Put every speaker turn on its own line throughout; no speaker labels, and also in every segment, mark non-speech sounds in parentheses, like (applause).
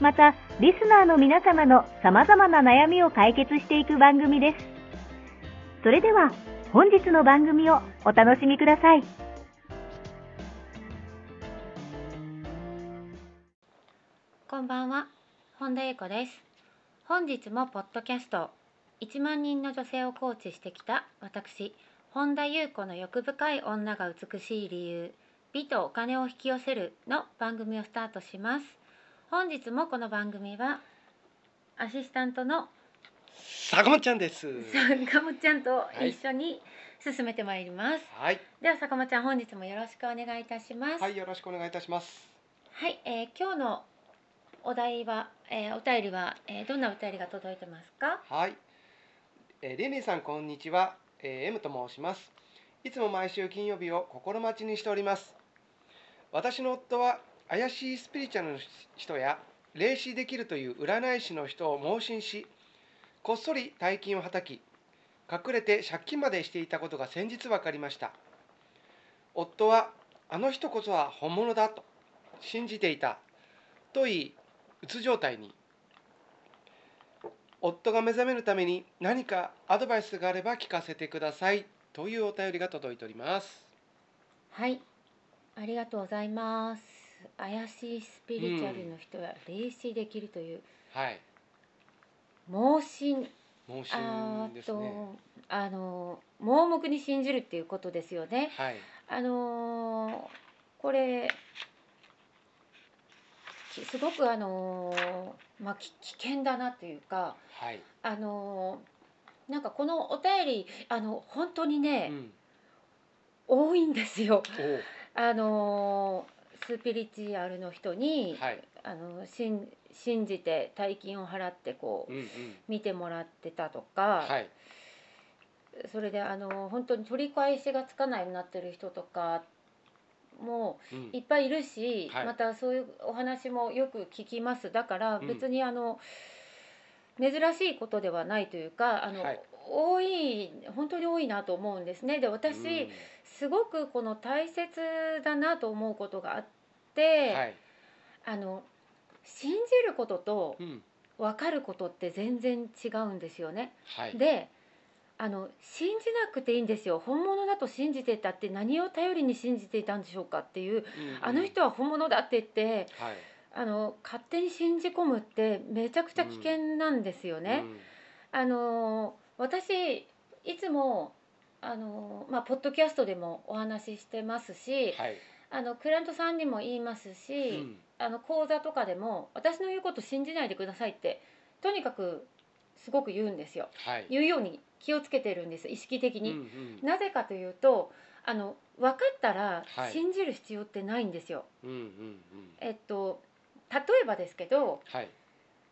また、リスナーの皆様の様々な悩みを解決していく番組です。それでは、本日の番組をお楽しみください。
こんばんは、本田裕子です。本日もポッドキャスト1万人の女性をコーチしてきた私、本田裕子の欲深い女が美しい理由、美とお金を引き寄せるの番組をスタートします。本日もこの番組はアシスタントの
坂本ちゃんです。
坂本ちゃんと一緒に進めてまいります。
はい、
では坂本ちゃん、本日もよろしくお願いいたします。
はい、よろしくお願いいたします。
はい、えー今日のお題は、えーお便りは、えーどんなお便りが届いてますか。
はい、えー、レミさんこんにちは、えー、M と申します。いつも毎週金曜日を心待ちにしております。私の夫は怪しいスピリチュアルの人や霊視できるという占い師の人を盲信し、こっそり大金をはたき、隠れて借金までしていたことが先日分かりました。夫はあの人こそは本物だと信じていたと言い、うつ状態に。夫が目覚めるために何かアドバイスがあれば聞かせてくださいというお便りが届いております
はい、ありがとうございます。怪しいスピリチュアルの人は霊視できるという
はい
盲信、
盲
あ
信
ー
です
と
ね
あの盲目に信じるっていうことですよね。
はい
あのーこれきすごくあのーまあき危険だなというか。
はい、
あのーなんかこのお便りあの本当にね
う、ん、
多いんですよ。
おう
あのースピリチュアルの人に、
はい
あのー信信じて大金を払ってこう、
うんうん
見てもらってたとか、
はい
それであのー本当に取り返しがつかないようになってる人とかも
うん
いっぱいいるし、
はい
またそういうお話もよく聞きますだから
うん
別にあの、珍しいことではないというかあの、
はい
多い本当に多いなと思うんですねで私、
うん
すごくこの大切だなと思うことがあって、
はい
あの信じることと
うん
分かることって全然違うんですよね。
はい
であの信じなくていいんですよ本物だと信じていたって何を頼りに信じていたんでしょうかっていう
うんうん
あの人は本物だって言って
はい
あの勝手に信じ込むってめちゃくちゃ危険なんですよね。あの私いつもあの、まあ、ポッドキャストでもお話ししてます
うん
し
はい
あのクライアントさんにも言います
う
し、
ん
あの講座とかでも私の言うこと信じないでくださいってとにかくすごく言うんですよ。
はい
言うように気をつけてるんです意識的
うんう
に。
ん
なぜかというとあの分かったら
はい
信じる必要ってないんですよ。
うんうんうん
えっと例えばですけど
はい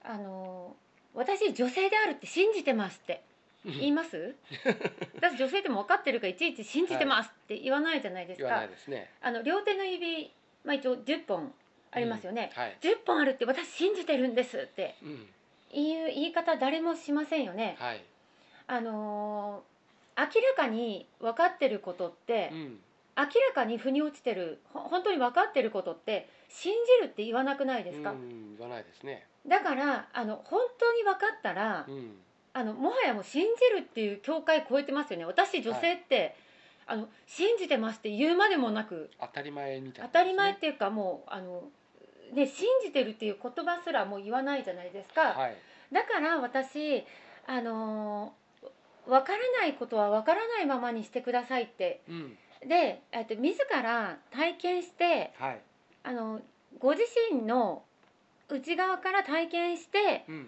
あの私女性であるって信じてますって言います
(laughs)
私女性でも分かってるからいちいち信じてますって言わないじゃないです
言
か、
わないですね
あの両手の指、まあ、一応10本ありますよね、
うんはい
10本あるって私信じてるんですって
うん
いう言い方誰もしませんよね、
はい
あのー明らかに分かってることって、
うん
明らかに腑に落ちてるほ本当に分かってることって信じるって言わなくないですか、
うん言わないですね
だからあの本当に分かったら、
うん
あのもはやもう信じるっていう境界超えてますよね私女性って、あの信じてますって言うまでもなく
当たり前みたい
当
な
たり前っていうかもうあのね、信じてるっていう言葉すらもう言わないじゃないですか、
はい
だから私あのーわからないことはわからないままにしてくださいって
うん
でえっと自ら体験して
はい
あのご自身の内側から体験して
うん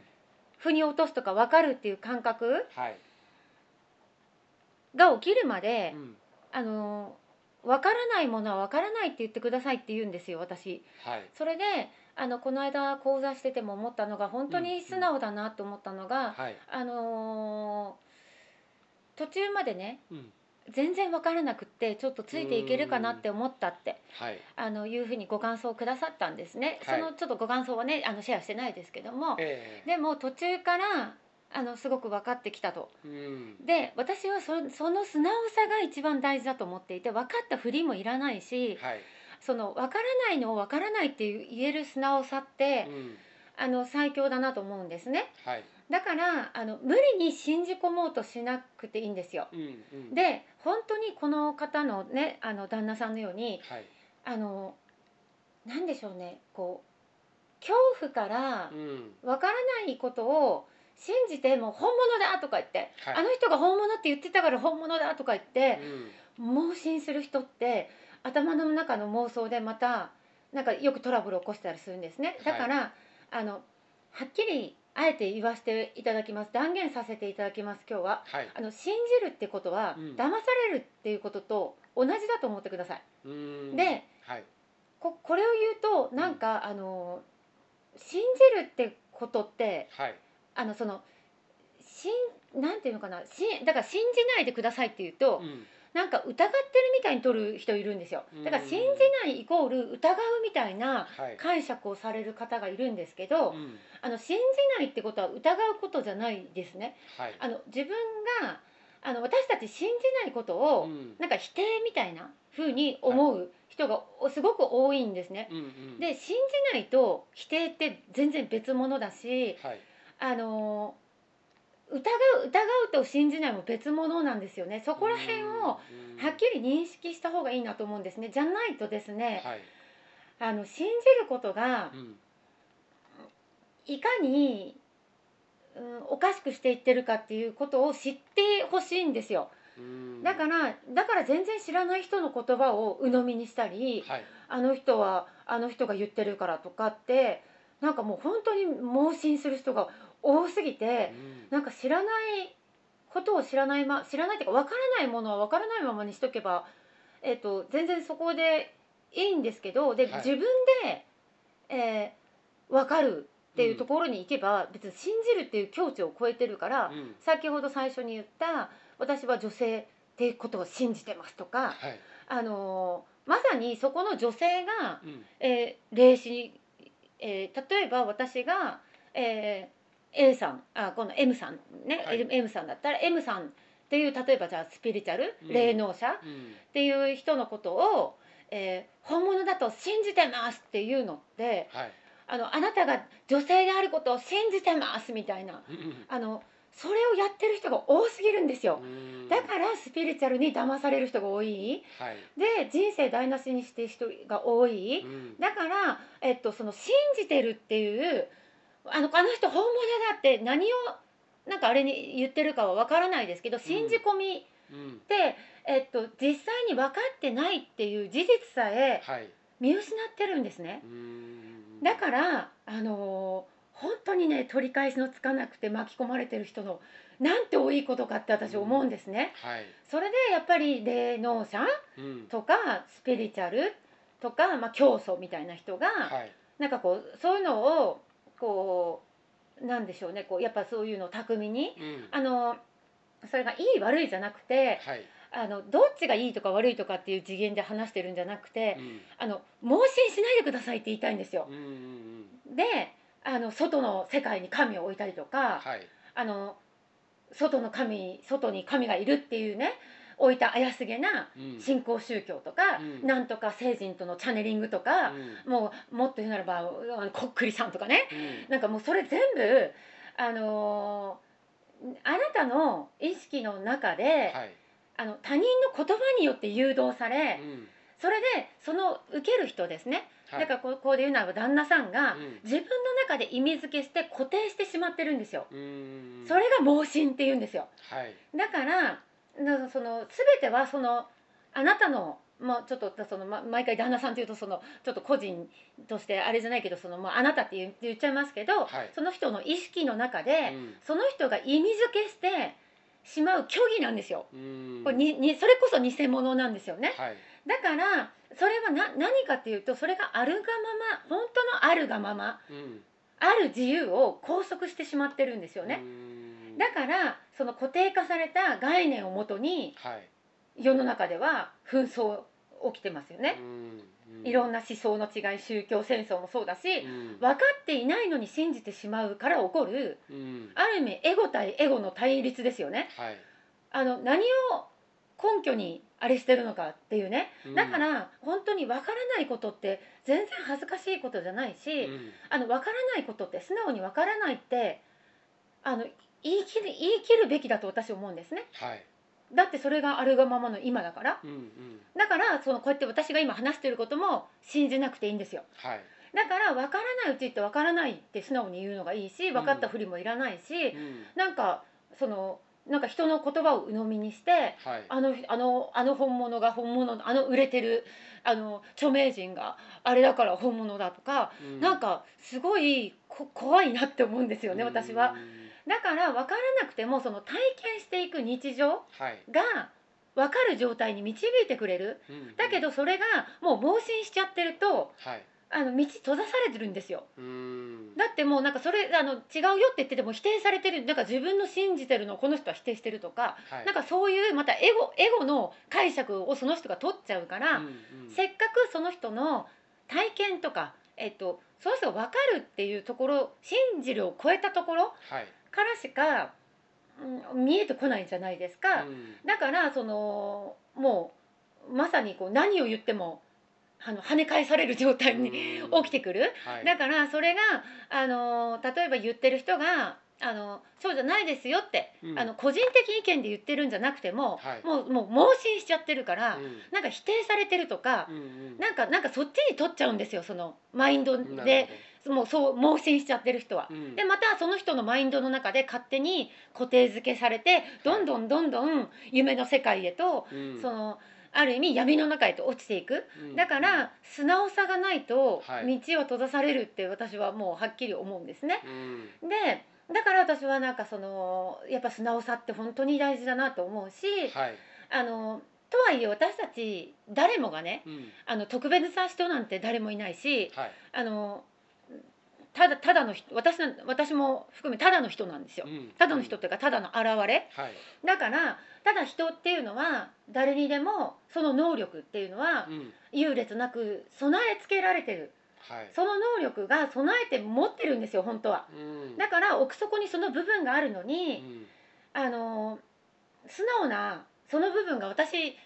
腑に落とすとか分かるっていう感覚
はい
が起きるまで
う、ん
あの分からないものは分からないって言ってくださいって言うんですよ私。
はい
それであのこの間講座してても思ったのが本当
うんう
に
ん
素直だなと思ったのが、
はい
あのー途中までね
うん
全然分からなくってちょっとついていけるかなって思ったって
はい
あのいうふうにご感想をくださったんですね、
はい
そのちょっとご感想はねあのシェアしてないですけども
ええ
でも途中からあのすごく分かってきたと
うん
で私はそその素直さが一番大事だと思っていて分かったふりもいらないし
はい
その分からないのを分からないっていう言える素直さって
うん
あの最強だなと思うんですね
はい
だからあの無理に信じ込もうとしなくていいんですよ
うんうん
で本当にこの方のねあの旦那さんのように
はい
あのなんでしょうねこう恐怖から
うん
わからないことを信じてもう本物だとか言って、
はい
あの人が本物って言ってたから本物だとか言って、
うん
妄信する人って頭の中の妄想でまたなんかよくトラブルを起こしたりするんですねだから、あのはっきりあえて言わせていただきます断言させていただきます今日は
はい
あの信じるってことは、
うん
騙されるっていうことと同じだと思ってください
うん
で
はい
ここれを言うとなんか、あの信じるってことって
はい
あのそのしんなんていうのかなしだから信じないでくださいって言うと、
うん
なんか疑ってるみたいに取る人いるんですよだから
うん
信じないイコール疑うみたいな
はい
解釈をされる方がいるんですけ
う
ど、
ん
あの信じないってことは疑うことじゃないですね
はい
あの自分があの私たち信じないことを、
うん
なんか否定みたいな風に思う人がおすごく多いんですね。
うんうん
で信じないと否定って全然別物だし、
はい
あの疑う疑うと信じないも別物なんですよね。そこら辺を
うん
はっきり認識した方がいいなと思うんですね。じゃないとですね、
はい
あの信じることが
うん
いかに、うん、おかしくしていってるかっていうことを知ってほしいんですよ。
うん
だからだから全然知らない人の言葉を鵜呑みにしたり、
はい
あの人はあの人が言ってるからとかってなんかもう本当に盲信する人が多すぎて
うん
なんか知らないことを知らないま知らないっていうか分からないものは分からないままにしとけば、えっと全然そこでいいんですけどで、
はい
自分で、えー分かるっていうところに行けば、別に信じるっていう境地を超えてるから、
うん
先ほど最初に言った私は女性っていうことを信じてますとか。
はい
あのーまさにそこの女性が、
うん
えー霊視に、えー例えば私が、えー A さんあこの M さんね、
はい
M さんだったら M さんっていう例えばじゃあスピリチュアル
うん
霊能者っ
うん
ていう人のことを、えー本物だと信じてますっていうのって
はい
あのあなたが女性であることを信じてますみたいな
うん
あのそれをやってる人が多すぎるんですよ。
うん
だからスピリチュアルに騙される人が多い
はい
で人生台無しにしてる人が多い、
うん
だから、えっと、その信じてるっていうあのあの人本物だって何をなんかあれに言ってるかは分からないですけど信じ込み
うん
って、えっと、実際に分かってないっていう事実さえ
はい
見失ってるんですね。
うん
だからあのー本当にね取り返しのつかなくて巻き込まれてる人のなんて多いことかって私思うんですね。
はい
それでやっぱり霊能者
うん
とかスピリチュアルとか、まあ、教祖みたいな人が、
はい
なんかこうそういうのをこうなんでしょうねこうやっぱそういうのを巧みに
うん
あのそれがいい悪いじゃなくて
はい
あのどっちがいいとか悪いとかっていう次元で話してるんじゃなくて
うん
あの盲信しないでくださいって言いたいんですよ
う。んうんうん
であの外の世界に神を置いたりとか
はい
あの外の神外に神がいるっていうね置いた怪しげな
うん
新興宗教とか、
うん
なんとか聖人とのチャネリングとか、
うん
もうもっと言うならばあのこっくりさんとかね
うん
なんかもうそれ全部あのーあなたの意識の中で、
はい
あの他人の言葉によって誘導され、
うん
それでその受ける人ですね
はい
だからこうこうで言うならば旦那さんが
うん
自分の中で意味付けして固定してしまってるんですよ。
うーん
それが盲信って言うんですよ。
はい
だからなその全てはそのあなたのまあちょっとその、ま、毎回旦那さんっていうとそのちょっと個人としてあれじゃないけどその、まあ、あなたって言う言っちゃいますけど、
はい
その人の意識の中で、
うん
その人が意味付けしてしまう虚偽なんですよ。
うーん
これににそれこそ偽物なんですよね。
はい
だからそれはな何かっていうとそれがあるがまま本当のあるがまま
うん
ある自由を拘束してしまってるんですよね。
うーん
だからその固定化された概念をもとに
はい
世の中では紛争起きてますよね。いろん
な
な思想の違い宗教戦争もそうだし
分
分かっていないのに信じてしまうから起こる
うん
ある意味エゴ対エゴの対立ですよね。
はい
あの何を根拠にあれしてるのかっていうね
うん
だから本当にわからないことって全然恥ずかしいことじゃないし、
うん
あのわからないことって素直にわからないってあの言い切る言い切るべきだと私思うんですね。
はい
だってそれがあるがままの今だから。
うんうん
だからそのこうやって私が今話してることも信じなくていいんですよ。
はい
だからわからないうちってわからないって素直に言うのがいいし、分かったふりもいらないし、
うん
なんかそのなんか人の言葉を鵜呑みにして
はい
あのあのあの本物が本物のあの売れてるあの著名人があれだから本物だとか、
うん
なんかすごいこ怖いなって思うんですよね、
うん
私は。だから分からなくてもその体験していく日常
はい
が分かる状態に導いてくれる
うん
だけどそれがもう盲信しちゃってると
はい
あの道閉ざされてるんですよ
うーん
だってもうなんかそれあの違うよって言ってても否定されてるなんか自分の信じてるのをこの人は否定してるとか
はい
なんかそういうまたエゴエゴの解釈をその人が取っちゃうから、
うんうん
せっかくその人の体験とか、えっと、その人が分かるっていうところ信じるを超えたところ
はい
からしか、うん見えてこないんじゃないですか。
うん
だからそのもうまさにこう何を言ってもあの跳ね返される状態に
うん
起きてくる。
はい
だからそれがあの例えば言ってる人があのそうじゃないですよって
うん
あの個人的意見で言ってるんじゃなくても、
はい
もうもう盲信しちゃってるから、
うん
なんか否定されてるとか、
うん
なんかなんかそっちに取っちゃうんですよそのマインド
うん
でもうそう盲信しちゃってる人は。
なるほどうん
でまたその人のマインドの中で勝手に固定付けされてどんどんどんどん夢の世界へと、
うん
そのある意味闇の中へと落ちていく
うん
だから素直さがないと
はい
道は閉ざされるって私はもうはっきり思うんですね。
うん
でだから私はなんかそのやっぱ素直さって本当に大事だなと思うし、
はい
あのとはいえ私たち誰もがね
うん
あの特別な人なんて誰もいないし
はい
あのただただの人私なん私も含めただの人なんですよ。
うん
ただの人っていうかただの現れ
はい
だからただ人っていうのは誰にでもその能力っていうのは
うん
優劣なく備え付けられてる
はい
その能力が備えて持ってるんですよ本当は。
うん
だから奥底にその部分があるの
う
に、
ん
あの素直なその部分が私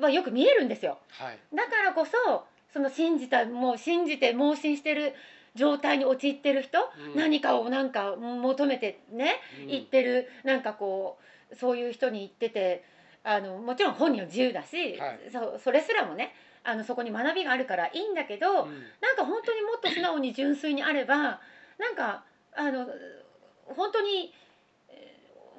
はよく見えるんですよ
はい
だからこそその信じたもう信じて盲信してる状態に陥ってる人、
うん
何かをなんか求めてね
うん
言ってる、なんかこうそういう人に言っててあのもちろん本人は自由だし、
はい
そそれすらもねあのそこに学びがあるからいいんだけど、
うん
なんか本当にもっと素直に純粋にあればなんかあの本当にえ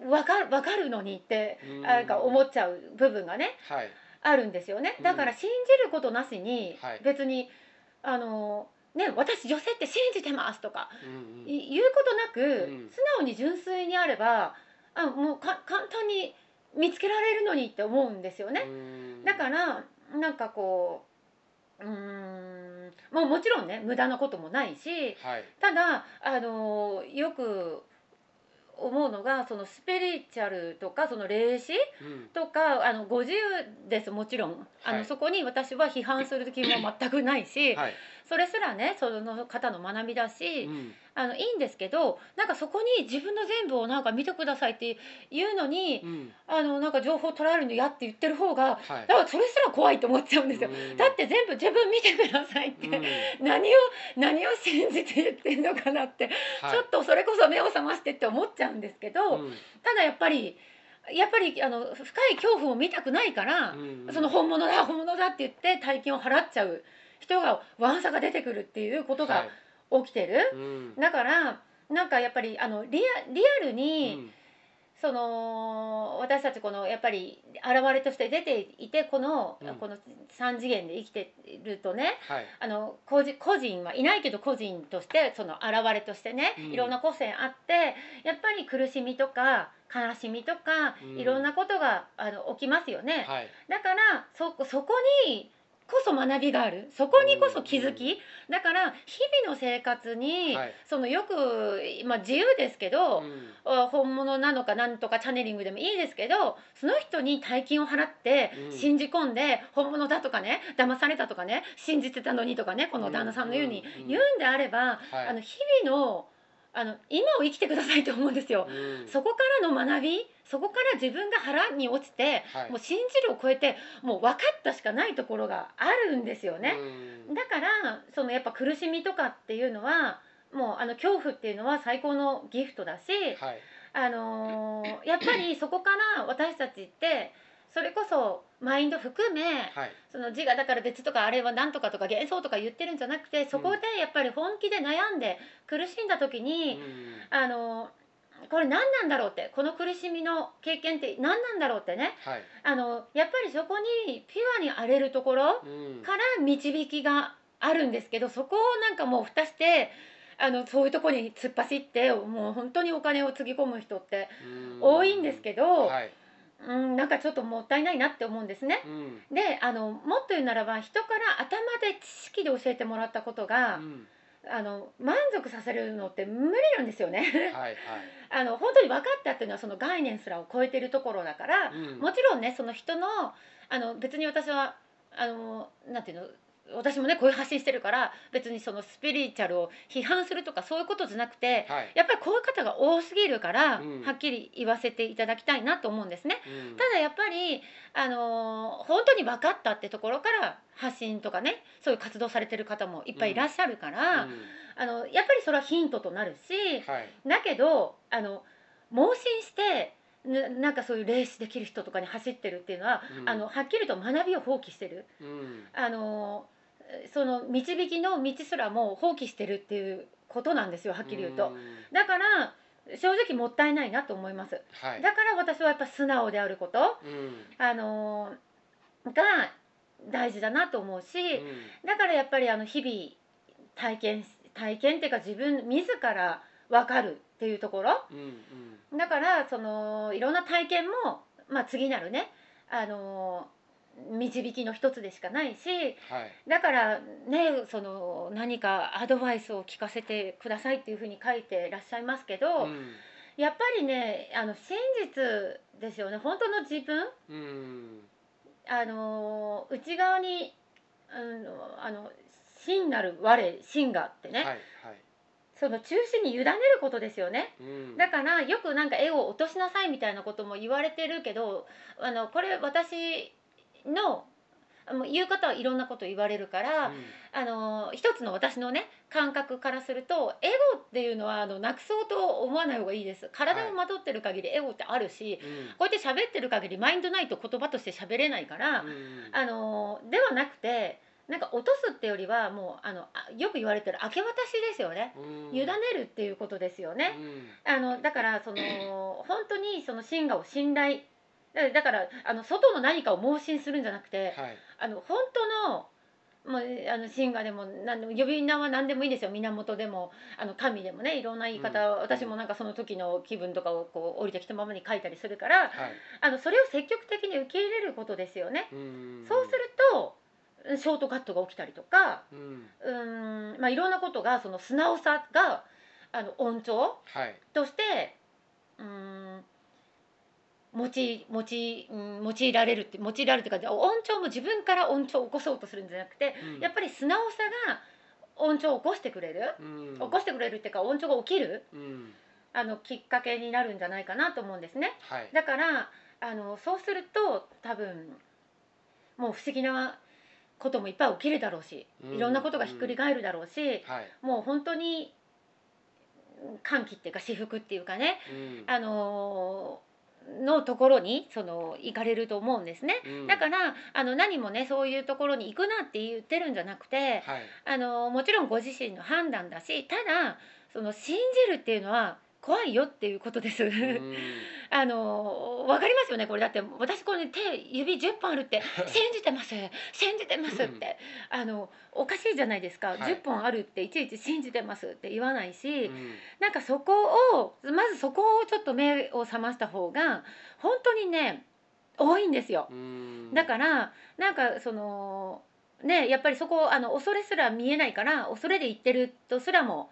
ーわかわかるのにって
うん
なんか思っちゃう部分がね
はい
あるんですよねだから
うん
信じることなしに
はい
別にあのね私女性って信じてますとか
うんうん
い言うことなく
うん
素直に純粋にあればあもうか簡単に見つけられるのにって思うんですよね。
うん
だからなんかこううーんもうもちろんね無駄なこともないし
はい
ただあのよく思うのがそのスピリチュアルとかその霊視
うん
とかあの50ですもちろんあの、
はい
そこに私は批判する気も
(clears throat)
全くないし、
はい
それすらねその方の学びだし、
うん
あのいいんですけどなんかそこに自分の全部をなんか見てくださいって言うのに、
うん
あのなんか情報を取られるの嫌って言ってる方が
はい
だからそれすら怖いと思っちゃうんですよ。
うん
だって全部自分見てくださいって、
うん
何を何を信じて言ってんのかなって、
はい
(laughs) ちょっとそれこそ目を覚ましてって思っちゃうんですけど、
うん
ただやっぱりやっぱりあの深い恐怖を見たくないから、
うん
その本物だ本物だって言って大金を払っちゃう人がわんさか出てくるっていうこと
は
が
い
起きてる、
うん
だからなんかやっぱりあのリアリアルに、その私たちこのやっぱり現れとして出ていてこの、
うん
この3次元で生きてるとね
はい
あの個人個人はいないけど個人としてその現れとしてね、
うん
いろんな個性あってやっぱり苦しみとか悲しみとか、
うん
いろんなことがあの起きますよね、
はい
だからそこそこにこそ学びがあるそこにこそ気づき、
う
だから日々の生活に、
はい
そのよく、まあ、自由ですけど、
うん
あ本物なのかなんとかチャネリングでもいいですけどその人に大金を払って
うん
信じ込んで、本物だとかね騙されたとかね信じてたのにとかねこの旦那さんのように
うんうんうん
言うんであれば、
はい
あの日々のあの今を生きてくださいと思うんですよ。
うん
そこからの学びそこから自分が腹に落ちて、
はい
もう信じるを超えてもう分かったしかないところがあるんですよね。
うん
だからそのやっぱ苦しみとかっていうのはもうあの恐怖っていうのは最高のギフトだし、
はい
あのーやっぱりそこから私たちってそれこそマインド含め
はい
その自我だから別とかあれはなんとかとか幻想とか言ってるんじゃなくてそこでやっぱり本気で悩んで苦しんだ時に、
うん
あのーこれ何なんだろうってこの苦しみの経験って何なんだろうってね
はい
あのやっぱりそこにピュアに荒れるところ
うん
から導きがあるんですけどそこをなんかもう蓋してあのそういうとこに突っ走ってもう本当にお金をつぎ込む人って
うん
多いんですけど、
はい
うん、なんかちょっともったいないなって思うんですね。
うん
であのもっと言うならば人から頭で知識で教えてもらったことが、
うん
あの満足させるのって無理なんですよ
はい
ね
はい
(laughs) あの本当に分かったっていうのはその概念すらを超えてるところだから、
うん
もちろんねその人のあの別に私はあのなんていうの私もねこういう発信してるから別にそのスピリチュアルを批判するとかそういうことじゃなくて
はい
やっぱりこういう方が多すぎるから、
うん
はっきり言わせていただきたいなと思うんですね。
うん
ただやっぱり、あのー本当に分かったってところから発信とかねそういう活動されてる方もいっぱいいらっしゃるから、
うん
あのやっぱりそれはヒントとなるし、
はい
だけどあの盲信してななんかそういう霊視できる人とかに走ってるっていうのは、
うん
あのはっきりと学びを放棄してる、
うん
あのーその導きの道すらもう放棄してるっていうことなんですよはっきり言うと。
ん
だから正直もったいないなと思います。
はい
だから私はやっぱ素直であること、
うん
あのーが大事だなと思うし、
うん
だからやっぱりあの日々体験し体験っていうか自分自ら分かるっていうところ
うんうん
だからそのいろんな体験も、まあ、次なるね、あのー導きの一つでしかないし
はい
だからねその何かアドバイスを聞かせてくださいっていうふうに書いてらっしゃいますけど、
うん
やっぱりねあの真実ですよね本当の自分
うん
あのー内側に、うん、あの真なる我真がってね、
はいはい
その中心に委ねることですよね
うん
だからよくなんか絵を落としなさいみたいなことも言われてるけどあのこれ私のあの言う方はいろんなこと言われるから、
うん
あのー一つの私のね感覚からするとエゴっていうのはあのなくそうと思わない方がいいです体をまとってる限りエゴってあるし、
うん
こうやって喋ってる限りマインドないと言葉として喋れないから、
うん
あのではなくてなんか落とすってよりはもうあのあよく言われてる明け渡しですよね、
うん
委ねるっていうことですよね、
うん
あのだからその本当にその真我を信頼だだからあの外の何かを盲信するんじゃなく
は
て
い
あの本当のもうあの真我でも何でも呼び名は何でもいいですよ源でもあの神でもねいろんな言い方、私もなんかその時の気分とかをこう降りてきたままに書いたりするから
はい
あのそれを積極的に受け入れることですよね。
うん
そうするとうんショートカットが起きたりとか
うん
うーん、まあ、いろんなことがその素直さがあの温調
はい
としてうーん用い用いうん用いられるって用いられるっていうか温調も自分から温調を起こそうとするんじゃなくてやっぱり素直さが温調を起こしてくれる、
うん
起こしてくれるっていうか温調が起きる
うん
あのきっかけになるんじゃないかなと思うんですね。
はい
だからあのそうすると多分もう不思議なこともいっぱい起きるだろうし
うん
いろんなことがひっくり返るだろうし、
はい
もう本当にうん歓喜っていうか私服っていうかね、
うん
あのーのところにその行かれると思うんですね。
うん
だからあの何もねそういうところに行くなって言ってるんじゃなくて (laughs)
はい、
あのもちろんご自身の判断だしただその信じるっていうのは怖いよっていうことです。
うん
あのわかりますよねこれだって私これ、ね、手指10本あるって
(laughs)
信じてます信じてますってあのおかしいじゃないですか、
はい
10本あるっていちいち信じてますって言わないし、
うん
なんかそこをまずそこをちょっと目を覚ました方が本当にね多いんですよ。
うん
だからなんかそのねやっぱりそこあの恐れすら見えないから恐れで言ってるとすらも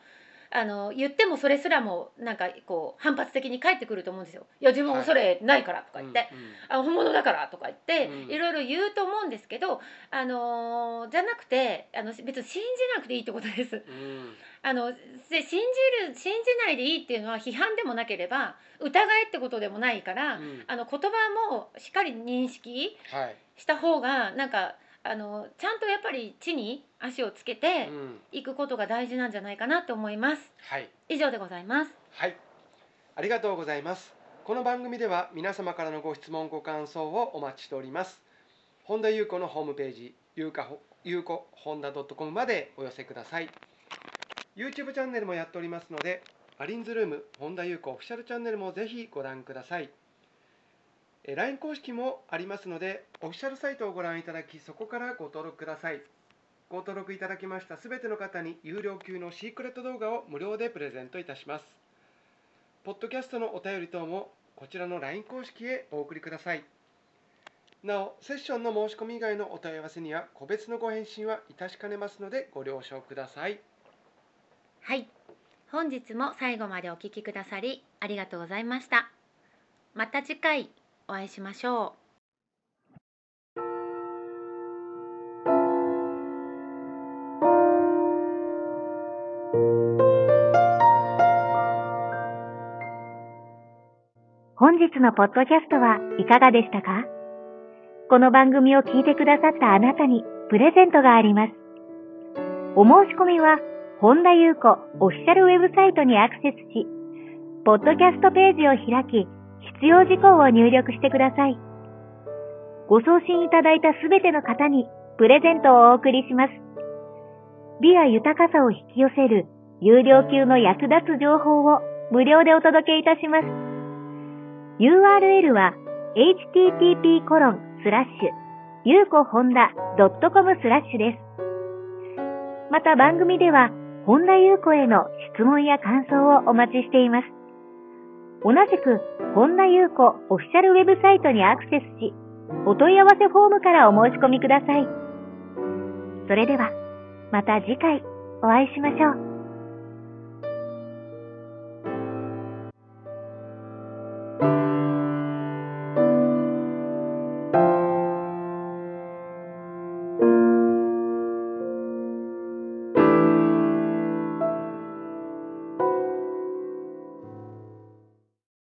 あの言ってもそれすらもなんかこう反発的に返ってくると思うんですよ。いや自分
はい
恐れないからとか言って、
うんうん
あ本物だからとか言って、
うん
いろいろ言うと思うんですけど、あのーじゃなくてあの別に信じなくていいってことです。
うん
あので信じる信じないでいいっていうのは批判でもなければ疑えってことでもないから、
うん
あの言葉もしっかり認識
はい
した方がなんかあのちゃんとやっぱり地に足をつけて
うん
いくことが大事なんじゃないかなと思います。
はい
以上でございます。
はい、ありがとうございます。この番組では皆様からのご質問ご感想をお待ちしております。本田裕子のホームページ、ゆうかほゆうこ本田 .com までお寄せください。YouTube チャンネルもやっておりますので、マリンズルーム本田裕子オフィシャルチャンネルもぜひご覧ください。え LINE 公式もありますので、オフィシャルサイトをご覧いただき、そこからご登録ください。ご登録いただきましたすべての方に有料級のシークレット動画を無料でプレゼントいたします。ポッドキャストのお便り等もこちらの LINE 公式へお送りください。なお、セッションの申し込み以外のお問い合わせには個別のご返信は致しかねますのでご了承ください。
はい、本日も最後までお聞きくださりありがとうございました。また次回お会いしましょう。
本日のポッドキャストはいかがでしたかこの番組を聞いてくださったあなたにプレゼントがあります。お申し込みは、本田裕子オフィシャルウェブサイトにアクセスし、ポッドキャストページを開き、必要事項を入力してください。ご送信いただいたすべての方にプレゼントをお送りします。美や豊かさを引き寄せる有料級の役立つ情報を無料でお届けいたします。URL は http コロンスラッシュゆうこほんだ .com スラッシュです。また番組では、本田ゆうこへの質問や感想をお待ちしています。同じく、本田ゆうこオフィシャルウェブサイトにアクセスし、お問い合わせフォームからお申し込みください。それでは、また次回お会いしましょう。